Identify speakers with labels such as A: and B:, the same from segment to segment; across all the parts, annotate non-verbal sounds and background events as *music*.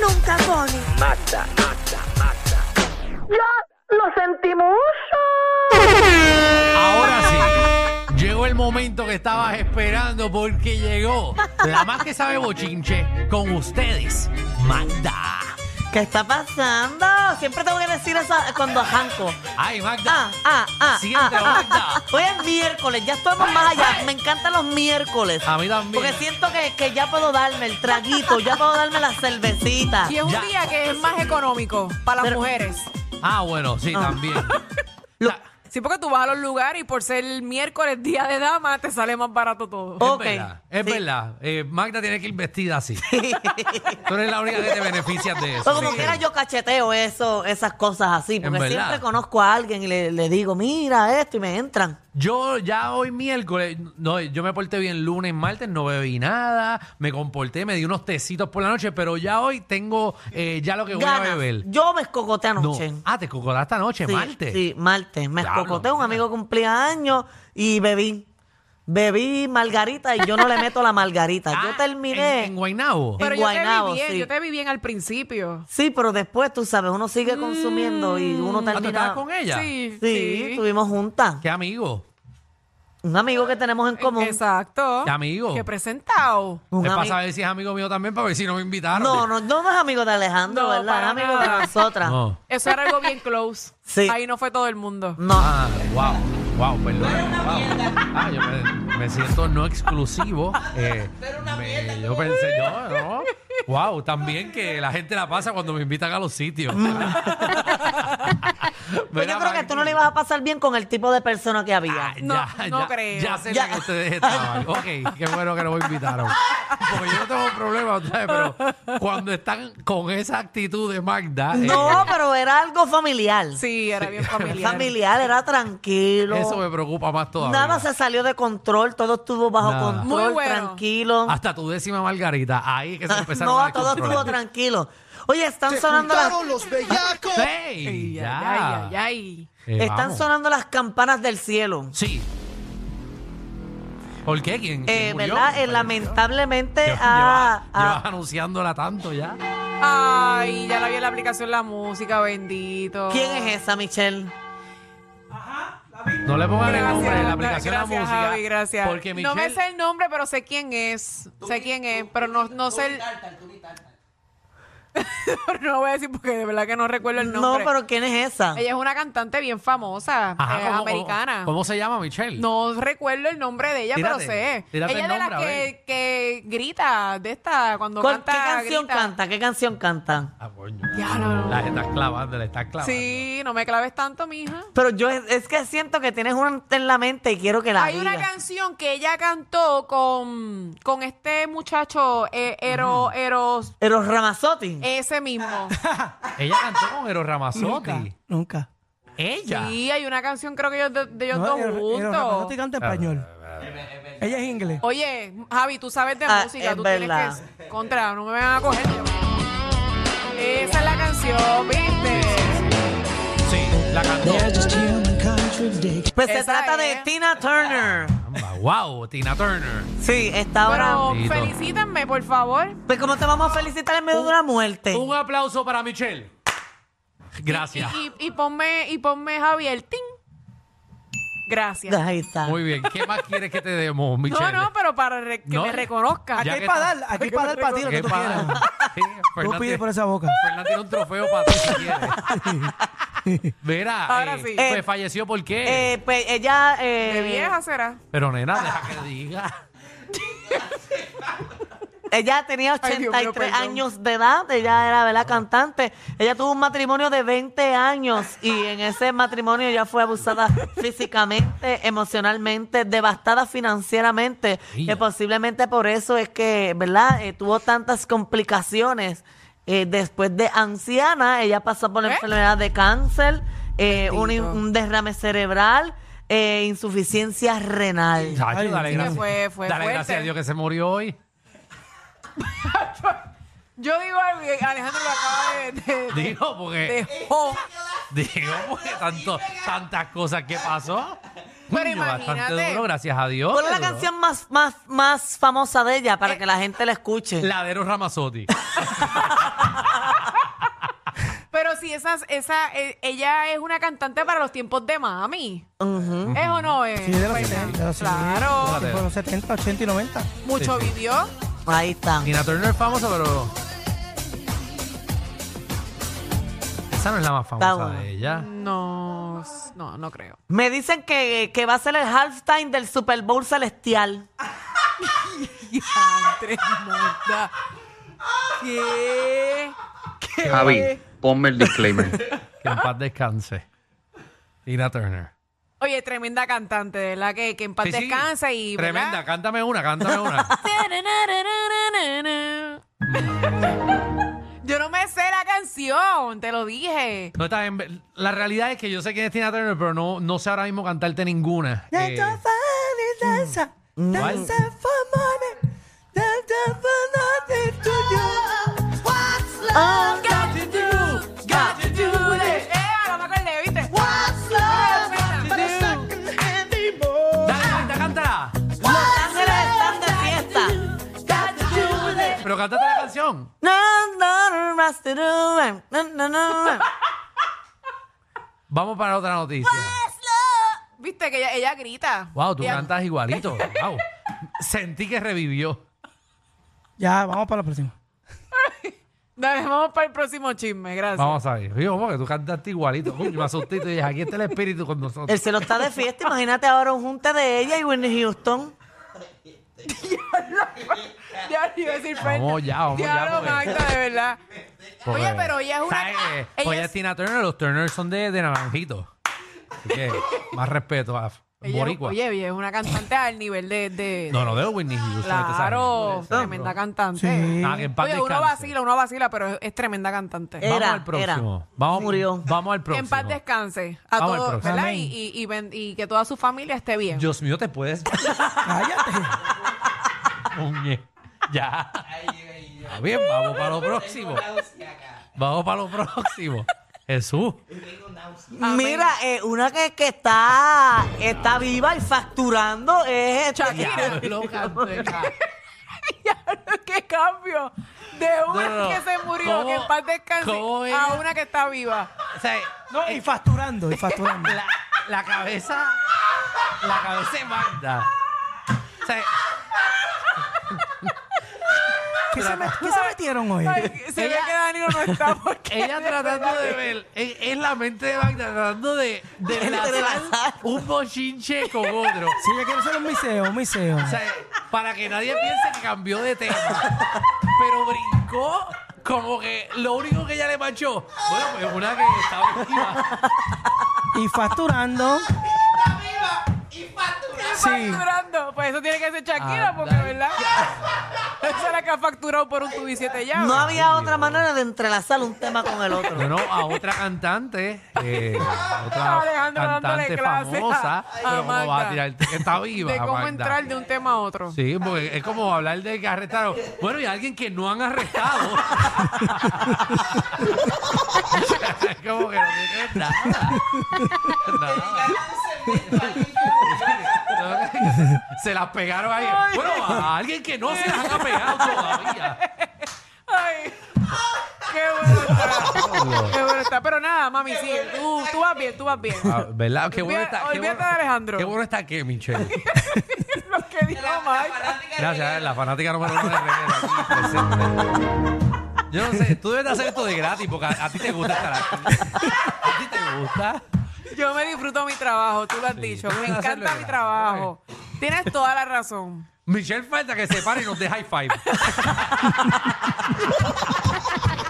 A: nunca pone.
B: Mata, mata, mata.
C: Ya lo sentimos.
D: Ahora sí, llegó el momento que estabas esperando porque llegó la más que sabe bochinche con ustedes, Magda.
E: ¿Qué está pasando? Siempre tengo que decir eso cuando arranco.
D: Ay, Magda.
E: Ah, ah, ah.
D: Siempre,
E: ah, ah,
D: Magda.
E: ah. Hoy es miércoles, ya estamos más allá. Me encantan los miércoles.
D: A mí también.
E: Ah, Porque siento que, que ya puedo darme el traguito, ya puedo darme la cervecita.
F: Y es un
D: Ya.
F: día que es más económico para
E: Ah,
F: las
E: Pero-
F: mujeres.
D: Ah, bueno, sí, también.
E: *laughs* Lo-
D: La-
F: Sí, porque tú vas a los lugares y por ser miércoles, día de dama, te sale más barato todo.
E: Oh.
D: Es
E: Ok.
D: verdad, es
E: Sí.
D: verdad. Eh, Magda tiene que ir vestida así. *laughs* Tú eres la única que te beneficias de eso.
E: Pero Pues como
D: Sí.
E: quiera yo cacheteo eso, esas cosas así,
D: En
E: porque
D: verdad.
E: siempre conozco a alguien y le, le digo, mira esto, y me entran.
D: Yo ya hoy miércoles, no, yo me porté bien lunes, martes, no bebí nada, me comporté, me di unos tecitos por la noche, pero ya hoy tengo eh, ya lo que voy a
E: Ganas.
D: beber.
E: Yo me escocoté
D: No.
E: anoche.
D: Ah, te cocotaste *laughs* anoche,
E: Sí,
D: martes.
E: Sí, martes. Me
D: Diablo,
E: escocoté un
D: mira.
E: amigo cumpleaños y bebí. Bebí margarita y yo no le meto la margarita.
D: Ah,
E: yo terminé.
D: En, en Guaynabo.
F: Pero
E: En
F: yo
E: Guaynabo,
F: te vi bien,
E: sí.
F: yo te vi bien al principio.
E: Sí, pero después, tú sabes, uno sigue consumiendo y uno
D: Mm. Ah, ¿tú estabas
E: termina.
D: con ella?
F: Sí,
E: Sí, estuvimos juntas.
D: ¿Qué amigo?
E: Un amigo que tenemos en común.
F: Exacto.
D: ¿Qué amigo?
F: Que presentado.
E: Un
D: Es para
E: ami-
D: saber si es amigo mío también, para ver si no me invitaron.
E: No, no, no es amigo de Alejandro,
F: No,
E: ¿verdad? Es
F: para
E: amigo
F: nada.
E: de nosotras.
D: No.
F: Eso era algo bien close.
E: *laughs* Sí.
F: Ahí no fue todo el mundo.
E: No.
D: Ah, wow, wow, perdón. wow. Ah, yo me, me siento no exclusivo. eh, me- yo pensé, no, no. Wow, también que la gente la pasa cuando me invitan a los sitios.
E: *laughs* Pues yo creo que tú no le ibas a pasar bien con el tipo de persona que había.
F: Ah, No, no creo.
D: Ya sé
E: Ya.
D: la que ustedes estaban. Ok, qué bueno que no me invitaron. Porque yo no tengo problema, ¿sabes? pero cuando están con esa actitud de Magda, eh,
E: No, pero era algo familiar.
F: Sí, era bien familiar.
E: Familiar, era tranquilo.
D: eso me preocupa más todavía.
E: Nada se salió de control, todo estuvo bajo
D: Nada.
E: control,
F: Muy bueno.
E: tranquilo.
D: Hasta tu décima margarita, ahí
F: Ah,
E: *laughs*
D: que se empezaron a
E: No, todo estuvo
D: descontrolar.
E: tranquilo. Oye, están sonando las
D: ¡Ey!
F: Ay,
D: ya.
F: ay, ay, ay.
D: Eh,
E: están
D: vamos.
E: sonando las campanas del cielo.
D: Sí. ¿Por qué? ¿Quién? quién
E: Eh,
D: murió?
E: ¿Verdad? Eh, lamentablemente
D: Lleva-
E: ah,
D: lleva-
E: ah,
D: llevas anunciándola tanto ya.
F: Ay, ya la vi en la aplicación la música, bendito.
E: ¿Quién es esa, Michelle?
D: No le pongan el nombre de la
F: Gra-
D: aplicación a
F: gracias,
D: la música.
F: Javi, gracias.
D: Porque
F: No me
D: Michelle-
F: sé el nombre, pero sé quién es. Sé quién es, pero no, no sé. el- Pero *laughs* no voy a decir porque de verdad que no recuerdo el
E: No,
F: nombre.
E: pero ¿quién es esa?
F: Ella es una cantante bien famosa,
D: Ajá,
F: eh,
D: ¿cómo- cómo-
F: americana.
D: ¿cómo, se llama Michelle?
F: No recuerdo el nombre de ella,
D: Tírate,
F: pero sé.
D: tírate
F: ella
D: el
F: es de las
D: nombre, a ver.
F: que, que grita de esta cuando
E: ¿Cuál-
F: canta.
E: ¿Qué canción
F: grita.
E: canta? ¿Qué canción canta?
D: Ah, coño.
F: Ya, no.
D: La estás clavando, la estás clavando.
F: Sí, no me claves tanto, mija.
E: Pero yo es, es que siento que tienes una en la mente y quiero que la
F: Hay una
E: digas.
F: canción que ella cantó con, con este muchacho, eh, Ero, Eros,
E: Eros Ramazzotti.
F: ese mismo.
E: Ah, *laughs*
D: Ella cantó con Eros Ramazzotti.
G: Nunca.
D: Ella.
F: Sí, hay una canción, creo que ellos, de, de ellos
G: No,
F: dos
G: el- el
F: juntos.
G: Ramazzotti
D: Ah,
G: canta español. Ella es inglés.
F: Oye, Javi, tú sabes de
E: Ah,
F: música,
E: es
F: tú
E: verdad.
F: tienes que. Contra, no me van a coger. Esa es la canción, ¿viste?
D: Sí, la cantó.
E: Pues se
F: Esa
E: trata de
F: es.
E: Tina Turner.
D: Caramba, Wow, Tina Turner.
E: Sí, está ahora.
F: Pero
D: Bendito.
F: felicítenme, por favor.
E: Pues ¿cómo te vamos a felicitar en medio de una muerte?
D: Un aplauso para Michelle. Gracias.
F: Y, y, y ponme, y ponme Javi el tin. Gracias.
E: Ahí está.
D: Muy bien. ¿Qué más quieres que te demos,
F: No,
D: Michelle?
F: no, pero para re- que
D: No,
F: me reconozcan.
G: Aquí
D: Ya
G: hay
D: que
G: para
D: está-
G: dar, aquí hay para dar para ti lo que
D: ¿Qué
G: tú
D: pasa?
G: quieras.
D: Sí,
G: Tú
D: Fernan
G: pides
D: tiene-
G: por esa boca.
D: Fernan tiene un trofeo para ti si quieres.
F: *laughs*
D: Mira,
F: Ahora
D: eh,
F: sí.
D: pues
E: Eh,
D: falleció por qué.
E: Eh, pues ella. eh,
F: De vieja será.
D: Pero nena, deja que diga.
E: Ella tenía
F: Ay, Dios mío,
E: 83
F: perdón.
E: años de edad, ella era ¿verdad? cantante. Ella tuvo un matrimonio de 20 años y en ese matrimonio ella fue
F: *laughs*
E: abusada físicamente, emocionalmente, devastada financieramente.
D: Mira.
E: Que posiblemente por eso es que, ¿verdad? Eh, tuvo tantas complicaciones. Eh, después de anciana, ella pasó por la
F: ¿Eh?
E: enfermedad de cáncer, eh,
F: Bendito.
E: un, un derrame cerebral, eh, insuficiencia renal.
D: Chacho,
G: Ay,
D: dale
G: sí,
D: gracias.
F: fue- fue
D: dale
F: fuerte.
D: gracias a Dios que se murió hoy.
F: Yo digo algo y Alejandro lo acaba de. de- de-
D: Digo, porque.
F: dejó.
D: Digo, porque tanto, tantas cosas que pasó.
F: Pero
D: Coño, bastante
F: imagínate.
D: duro, gracias a Dios.
E: ¿Cuál es la
D: Pero-
E: canción más, más,
F: Eh,
E: más famosa de ella para que la gente la escuche?
D: Ladero Ramazotti.
F: si esas, esa, eh, ella es una cantante para los tiempos de mami.
E: Ujú.
F: ¿Es o no es?
G: Sí, de los
F: Pues,
G: 70, de los 70,
F: claro.
G: de los 70, 80 y 90.
F: Mucho
D: Sí, sí.
F: vivió.
E: Ahí está.
D: Tina Turner es famosa, pero. Esa no es la más
E: Está
D: famosa
E: buena.
D: de ella.
F: No, s- no, no creo. *laughs*
E: Me dicen que, que va a ser el halftime del Super Bowl celestial.
F: Diantre, Magda. ¿Qué? ¿Qué?
A: Javi, ponme el disclaimer.
D: Que en paz descanse. Tina Turner.
F: Oye, tremenda cantante, de ¿verdad? Que, que en paz
D: Sí, sí.
F: descansa y. ¿verdad?
D: Tremenda, cántame una, cántame una.
F: *laughs* Yo no me sé la canción, te lo dije.
D: No está en- La realidad es que yo sé quién es Tina Turner, pero no, no sé ahora mismo cantarte ninguna. Eh, Mm.
G: danza,
D: danza
F: Eh, no me acordé, ¿viste?
D: Dale, canta, cántala.
F: Ah,
E: Los ángeles están de fiesta.
D: Pero cántate la canción.
E: No, no, más to do, no, no, no.
D: Vamos para otra noticia.
F: Viste que ella, ella grita.
D: Wow, tú
F: Ella-
D: cantas igualito. Wow. Sentí que revivió.
G: Ya, vamos para la próxima.
F: Dale, vamos para el próximo chisme, gracias.
D: Vamos a ver. Yo, porque tú cantaste igualito. Uy, me asusté y tú dices, aquí está el espíritu con
E: El
D: nosotros.
E: cielo está de fiesta. Imagínate ahora un junte de ella y Whitney Houston.
F: Ya iba a decir
D: Vamos ya, vamos ya,
F: Diablo,
D: porque-
F: Magda, de verdad.
D: Porque-
F: Oye, pero ella es una.
D: Pues, ¿Sabes?
F: ella
D: Oye,
F: es-
D: es Tina Turner, los Turner son de, de naranjito. Así que, más respeto a
F: ella-
D: Boricua.
F: Oye, ella es una cantante al nivel de. de-
D: No, no de Whitney Houston. este esta sabe.
F: claro, tremenda cantante.
G: Sí.
D: Ah, que en paz
F: Oye, uno
D: descanse.
F: vacila, uno vacila, pero es, es tremenda cantante.
E: Eh,
D: Vamos
E: Era,
D: al próximo.
E: era.
D: Vamos,
E: Murió.
D: Vamos al
F: Que
D: próximo.
F: en paz descanse a
D: Vamos al
F: todos,
D: próximo.
F: ¿verdad?
G: Amén.
F: Y, y- y ben- y que toda su familia esté bien.
D: Dios mío, te puedes. *laughs*
F: *laughs*
G: Cállate.
D: Muñe. ya. Está bien, vamos para lo próximo. Vamos para lo próximo. Jesús.
F: Amén.
E: Mira, eh, una que, que está, está viva y facturando es este-
F: Shakira.
D: Diablo, Candela.
F: *laughs* ¡Qué cambio! De una
D: No, no, no.
F: que se murió,
D: ¿Cómo-
F: que en paz descanse,
D: cómo es?
F: a una que está viva.
D: O sea,
G: No, y facturando, y facturando.
D: la, la cabeza. La cabeza de Magda. O sea,
G: ¿Qué se, met- qué se metieron hoy?
D: *laughs*
F: Ay, se ve
D: Ella- Eh,
F: que Danilo no
D: *laughs*
F: está porque...
D: ella tratando de ver. Es, es la mente de Magda tratando de,
E: *laughs*
D: de
E: entrelazar.
D: enlazar un bochinche con otro.
G: Sí, yo quiero hacer un miseo, un miseo.
D: O sea, para que nadie piense que cambió de tema. Pero brincó como que lo único que ella le manchó. Bueno, pues una que estaba viva.
G: Y facturando. Sí.
F: facturando. Pues eso tiene que ser Shakira,
D: Anda.
F: porque, ¿verdad? Esa es la que ha facturado por un tubo y siete llaves.
E: No había otra manera de entrelazar un tema con el otro.
D: No, no, a otra cantante. eh, a otra
F: Alejandro dándole
D: cantante
F: clase
D: famosa.
F: a- a
D: pero como va
F: Magda.
D: a tirar que está viva.
F: de cómo
D: Magda.
F: entrar de un tema a otro.
D: Sí, porque es como hablar de que arrestaron. Bueno, y alguien que no han arrestado. *laughs* es como que no tiene que ver nada. Nada. se las pegaron ahí. Bueno, a alguien que no se las ha pegado todavía.
F: Ay, qué bueno
D: *laughs*
F: está. qué bueno está. Pero nada, mami, sí, tú, tú vas bien, tú vas bien.
D: Ah, ¿Verdad? Qué bueno
F: Olvídate-
D: está. qué
F: olvídate
D: bueno-
F: de Alejandro.
D: Qué bueno está aquí, Michelle.
F: *laughs* Lo que dijo Magda.
D: Gracias, la fanática número uno de Reguero aquí presente. Yo no sé, tú debes de hacer esto de gratis porque a, a ti te gusta estar aquí. A ti te gusta.
F: Yo me disfruto mi trabajo, tú lo has
D: Sí,
F: dicho.
D: tú
F: Me
D: puedes hacerlo
F: encanta mi
D: gratis,
F: trabajo. Tienes toda la razón.
D: Michelle falta que se pare y nos dé high five.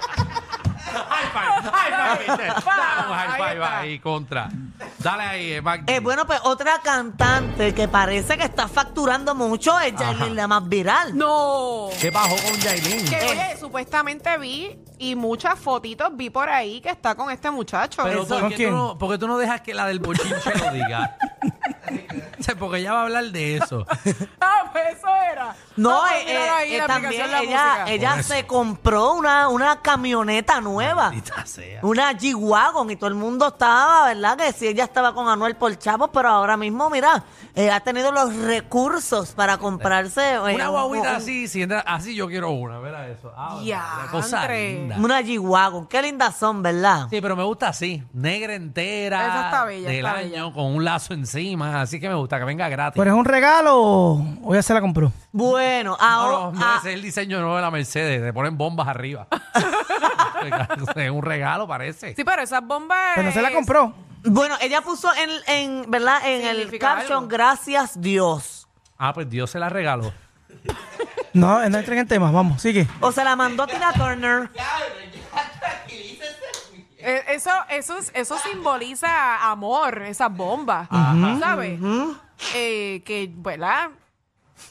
D: high five, high five, Michelle. Dale un high
F: Ahí
D: five
F: está.
D: ahí, contra. Dale ahí, eh, Magdi.
E: Eh, bueno, pues otra cantante que parece que está facturando mucho es Yailin, la más viral.
F: No.
D: ¿Qué bajó con Jailin?
F: Que oye, supuestamente vi y muchas fotitos vi por ahí que está con este muchacho.
D: Pero
F: Eso-
D: ¿por
G: ¿con
D: qué, tú
G: quién?
D: no, por qué tú no dejas que la del bochinche lo diga? *laughs* O sea, Entonces, porque ella va a hablar de eso.
F: *laughs* Ah, pues eso era.
E: No,
F: Vamos a
E: eh,
F: mirar
E: eh,
F: ahí
E: eh,
F: la
E: también
F: aplicación de la
E: ella, eh,
F: música.
E: ella
D: Por eso.
E: se compró una, una camioneta nueva.
D: Maldita sea.
E: Una G-Wagon y todo el mundo estaba, ¿verdad? Que si ella estaba con Anuel por chavo, pero ahora mismo, mira, eh, ha tenido los recursos para comprarse eh,
D: Una
E: un-
D: guaguita
E: un-
D: así, si entra- así yo quiero una, verá eso. Ah,
F: Diantre.
D: una cosa linda.
E: Una G-Wagon. Qué lindas son, ¿verdad?
D: Sí, pero me gusta así, negra entera,
F: Esa está bella,
D: del
F: está
D: año,
F: bella.
D: con un lazo encima, así que me gusta que venga gratis.
G: ¿Pero es un regalo o o ya se la compró?
D: No, no,
E: Bueno, ahora. ah,
D: no,
F: ah.
D: ese es el diseño nuevo de la Mercedes, le ponen bombas
F: *laughs*
D: arriba. *laughs* es un regalo, parece.
F: Sí, pero esas bombas.
G: Pero no se la
F: es-
G: compró.
E: Bueno, ella puso en, en ¿verdad? En el
F: Significa
E: caption,
F: algo.
E: gracias Dios.
D: Ah, pues Dios se la regaló.
G: No, no entren en temas, vamos, sigue.
E: O se la mandó Tina Turner.
F: eh, Eso, eso, es- eso simboliza amor, esas bombas. ¿Sabes? Eh, que, ¿verdad?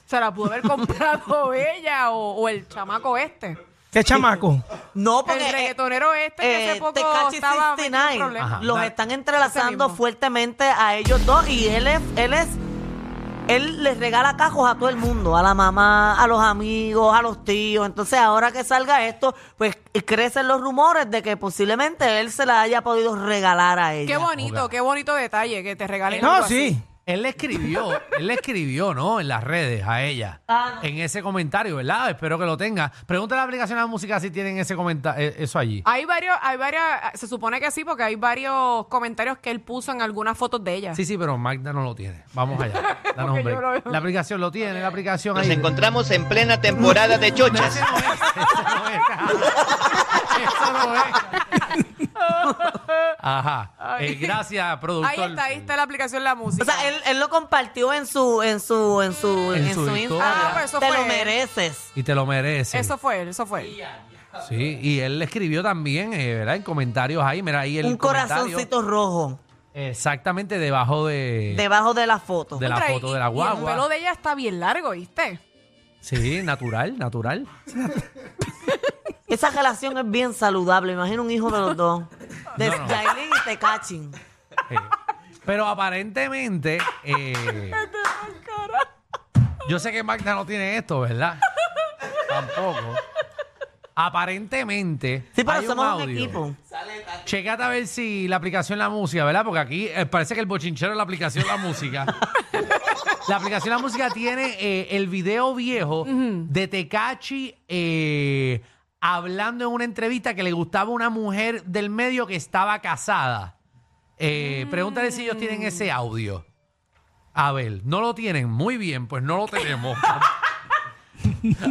F: Se la pudo haber comprado *laughs* ella o, o el chamaco este.
G: ¿Qué chamaco?
E: No, porque.
F: El
E: eh,
F: reggaetonero este que
E: eh,
F: hace poco
E: Tekashi
F: estaba metido en
E: 69,
F: problemas.
D: Ajá.
E: los
D: Dale.
E: están
F: Ese
E: entrelazando
F: mismo.
E: fuertemente a ellos dos y él es, él es, él les regala cajos a todo el mundo, a la mamá, a los amigos, a los tíos. Entonces ahora que salga esto, pues crecen los rumores de que posiblemente él se la haya podido regalar a ella.
F: Qué bonito,
D: Hola.
F: qué bonito detalle que te regalen.
G: No,
F: algo
G: sí.
D: Él le escribió, él le escribió, ¿no? En las redes a ella.
F: Ah,
D: En ese comentario, ¿verdad? Espero que lo tenga. Pregúntale a la aplicación de la música si tienen ese comentario, eso allí.
F: Hay varios, hay varias, se supone que sí, porque hay varios comentarios que él puso en algunas fotos de ella.
D: Sí, sí, pero Magda no lo tiene. Vamos
F: *laughs*
D: allá. Danos
F: Porque
D: un break.
F: yo lo veo.
D: La aplicación lo tiene, la aplicación
H: Nos
D: ahí.
H: encontramos en plena temporada de
D: No,
H: chochas.
D: ese no es, ese no es. Eso no es.
F: *laughs*
D: Ajá. Eh, gracias, productor.
F: Ahí está, ahí está la aplicación La Música.
E: O sea, él, él lo compartió en su, en su, en su,
D: En
E: en,
D: su
E: su
D: historia.
F: Ah, pero eso
E: Instagram. Te
F: fue
E: lo
F: él.
E: mereces.
D: Y te lo mereces.
F: Eso fue él, eso fue él.
D: Sí, y él le escribió también, eh, ¿verdad? En comentarios ahí, mira ahí el
E: Un
D: comentario.
E: corazoncito rojo
D: Exactamente debajo de...
E: debajo de la foto.
D: de la
F: Contra,
D: foto
F: y-
D: de la
F: y el
D: guagua.
F: pelo de ella está bien largo, ¿viste?
D: Sí, natural, natural.
E: Esa relación es bien saludable. Imagino un hijo
D: *laughs*
E: de los dos. De
D: No, no.
E: Yailin y Tecachin.
D: Eh, Pero aparentemente... eh, yo sé que Magda no tiene esto, ¿verdad? Tampoco. Aparentemente...
E: Sí, pero
D: hay un
E: somos un,
D: audio.
E: equipo.
D: Checate a ver si la aplicación La Música, ¿verdad? Porque aquí eh, parece que el bochinchero es la aplicación La Música. *laughs* la aplicación La Música tiene eh, el video viejo de Tecachi eh, hablando en una entrevista que le gustaba una mujer del medio que estaba casada. Eh,
F: Mm.
D: Pregúntale si ellos tienen ese audio. A ver, no lo tienen. Muy bien, pues no lo
F: *laughs*
D: tenemos.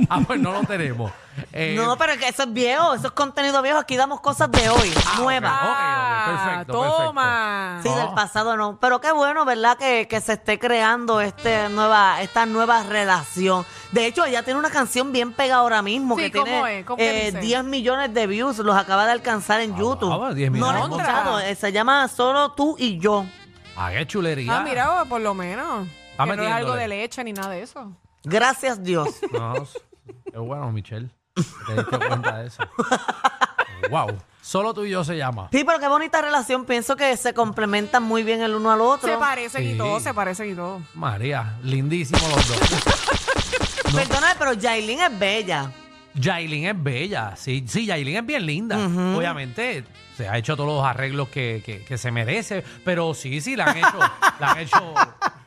D: ah, pues no lo tenemos. Eh,
E: No, pero es que eso es viejo. Eso es contenido viejo. Aquí damos cosas de hoy,
D: Ah, ok,
E: nuevas.
D: ok, ok, perfecto,
F: Ah, toma.
E: Sí,
D: Ah.
E: del pasado no. Pero qué bueno, ¿verdad? Que, que se esté creando este nueva, esta nueva relación. De hecho, ella tiene una canción bien pega ahora mismo
F: Sí,
E: que
F: ¿cómo
E: tiene
F: es? ¿Cómo que dice?
E: 10 millones de views. Los acaba de alcanzar en YouTube.
D: wow, 10
E: no la he
D: Ah, millones.
E: escuchado. eh, Se llama Solo tú y yo.
D: Ah, qué chulería.
F: Ah, mira, oh, por lo menos.
D: Está
F: Que no es algo
D: metiéndole.
F: de leche ni nada de eso.
E: Gracias, Dios.
D: No, s- es bueno, Michelle. Te diste cuenta de eso. wow. Solo tú y yo se llama.
E: Sí, pero qué bonita relación. Pienso que se complementan muy bien el uno al otro.
F: Se parecen
D: Sí.
F: y todo, se parecen y todo.
D: María, lindísimos los dos.
E: Perdóname, pero Jailin es bella.
D: Yailin es bella. Sí, sí, Yailin es bien linda. Obviamente se ha hecho todos los arreglos que, que- que se merece, pero sí, sí, la han hecho, la han hecho,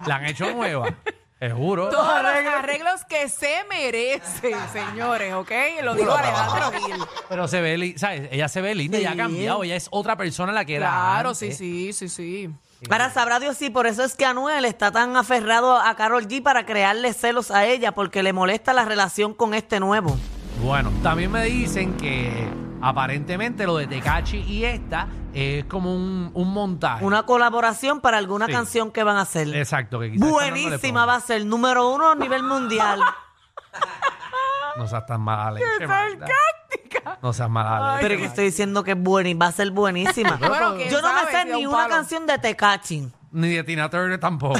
D: la han hecho nueva. Te juro.
F: Todos los arreglos que se merecen, señores, ¿ok? Lo digo Alejandro Gil.
D: Pero se ve, li- ¿sabes? Ella se ve linda, ella ha
E: Sí.
D: cambiado, ella es otra persona la que era.
F: Claro, sí,
D: antes.
F: sí, sí, sí.
E: Ahora sabrá Dios si por eso es que Anuel está tan aferrado a Carol G para crearle celos a ella porque le molesta la relación con este nuevo.
D: Bueno, también me dicen que aparentemente lo de Tecachi y esta es como un, un montaje.
E: Una colaboración para alguna
D: Sí.
E: canción que van a hacer.
D: Exacto, que quizás están dándole
E: Buenísima
D: promo.
E: va a ser, número uno a nivel
F: *laughs*
E: mundial.
D: No seas tan mala leche, Magda. No seas mala leche.
E: pero que estoy diciendo que es buena va a ser buenísima.
F: *laughs* Bueno, ¿quién
E: Yo no me
F: sabe
E: sé
F: si da
E: ni
F: un
E: una
F: palo?
E: canción de Tekachi.
D: Ni de Tina Turner
E: *laughs*
D: tampoco.